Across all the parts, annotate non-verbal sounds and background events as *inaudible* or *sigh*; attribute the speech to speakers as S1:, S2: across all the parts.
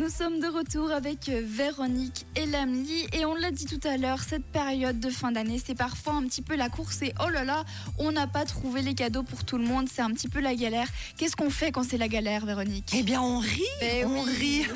S1: Nous sommes de retour avec euh, Véronique et Lamely et on l'a dit tout à l'heure, cette période de fin d'année, c'est parfois un petit peu la course et oh là là, on n'a pas trouvé les cadeaux pour tout le monde, c'est un petit peu la galère. Qu'est-ce qu'on fait quand c'est la galère, Véronique
S2: Eh bien, on rit,
S1: Ben
S2: on
S1: oui.
S2: rit.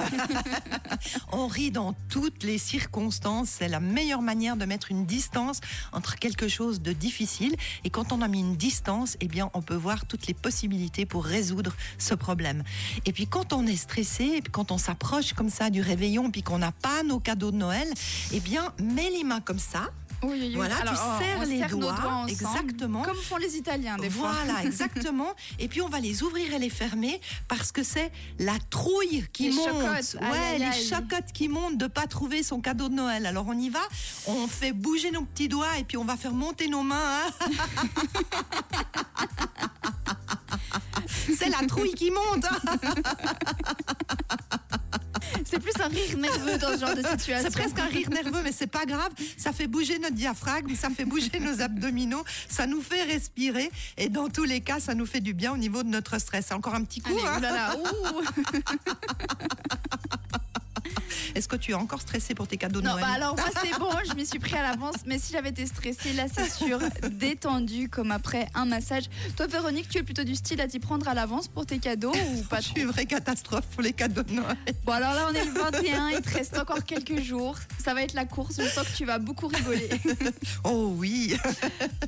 S2: *laughs* on rit dans toutes les circonstances. C'est la meilleure manière de mettre une distance entre quelque chose de difficile. Et quand on a mis une distance, eh bien, on peut voir toutes les possibilités pour résoudre ce problème. Et puis, quand on est stressé, et puis quand on s'approche comme ça du réveillon, puis qu'on n'a pas nos cadeaux de Noël, eh bien, mets les mains comme ça.
S1: Oui, oui, oui.
S2: Voilà, tu
S1: on-
S2: serres
S1: on
S2: les
S1: serre nos
S2: doigts,
S1: ensemble,
S2: exactement.
S1: Comme font les Italiens des fois. *laughs*
S2: Voilà, exactement. Et puis on va les ouvrir et les fermer parce que c'est la trouille qui
S1: Les
S2: monte.
S1: chocottes,
S2: Ouais,
S1: aïe, aïe,
S2: les
S1: aïe.
S2: chocottes qui montent de pas trouver son cadeau de Noël. Alors on y va, on fait bouger nos petits doigts et puis on va faire monter nos mains.
S1: *laughs*
S2: hein. c'est la trouille qui monte. hein.
S1: C'est plus un rire nerveux dans ce genre de situation.
S2: C'est presque un rire nerveux, mais c'est pas grave. Ça fait bouger notre diaphragme, ça fait bouger nos abdominaux, ça nous fait respirer et dans tous les cas, ça nous fait du bien au niveau de notre stress. Encore un petit coup.
S1: Allez,
S2: hein.
S1: oulala, ouh.
S2: Est-ce que tu es encore stressé pour tes cadeaux de
S1: Non,
S2: Noël
S1: bah alors moi c'est bon, je m'y suis pris à l'avance, mais si j'avais été stressée, là c'est sûr, détendue comme après un massage. Toi Véronique, tu es plutôt du style à t'y prendre à l'avance pour tes cadeaux ou pas
S2: Je
S1: trop
S2: suis une vraie catastrophe pour les cadeaux de Noël.
S1: Bon alors là on est le 21, il te reste encore quelques jours, ça va être la course, je sens que tu vas beaucoup rigoler.
S2: Oh oui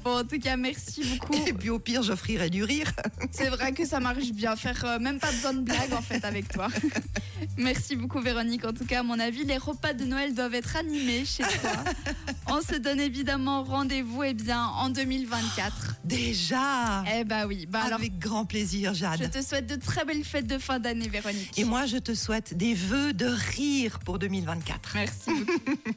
S1: Bon en tout cas merci beaucoup.
S2: Et puis au pire, j'offrirai du rire.
S1: C'est vrai que ça marche bien, faire euh, même pas besoin de blague en fait avec toi. Merci beaucoup Véronique. En tout cas, à mon avis, les repas de Noël doivent être animés chez toi. On se donne évidemment rendez-vous eh bien, en 2024.
S2: Déjà
S1: Eh bah oui, bah alors
S2: Avec grand plaisir,
S1: je
S2: Jade.
S1: te souhaite de très belles fêtes de fin d'année Véronique.
S2: Et moi, je te souhaite des vœux de rire pour 2024.
S1: Merci beaucoup.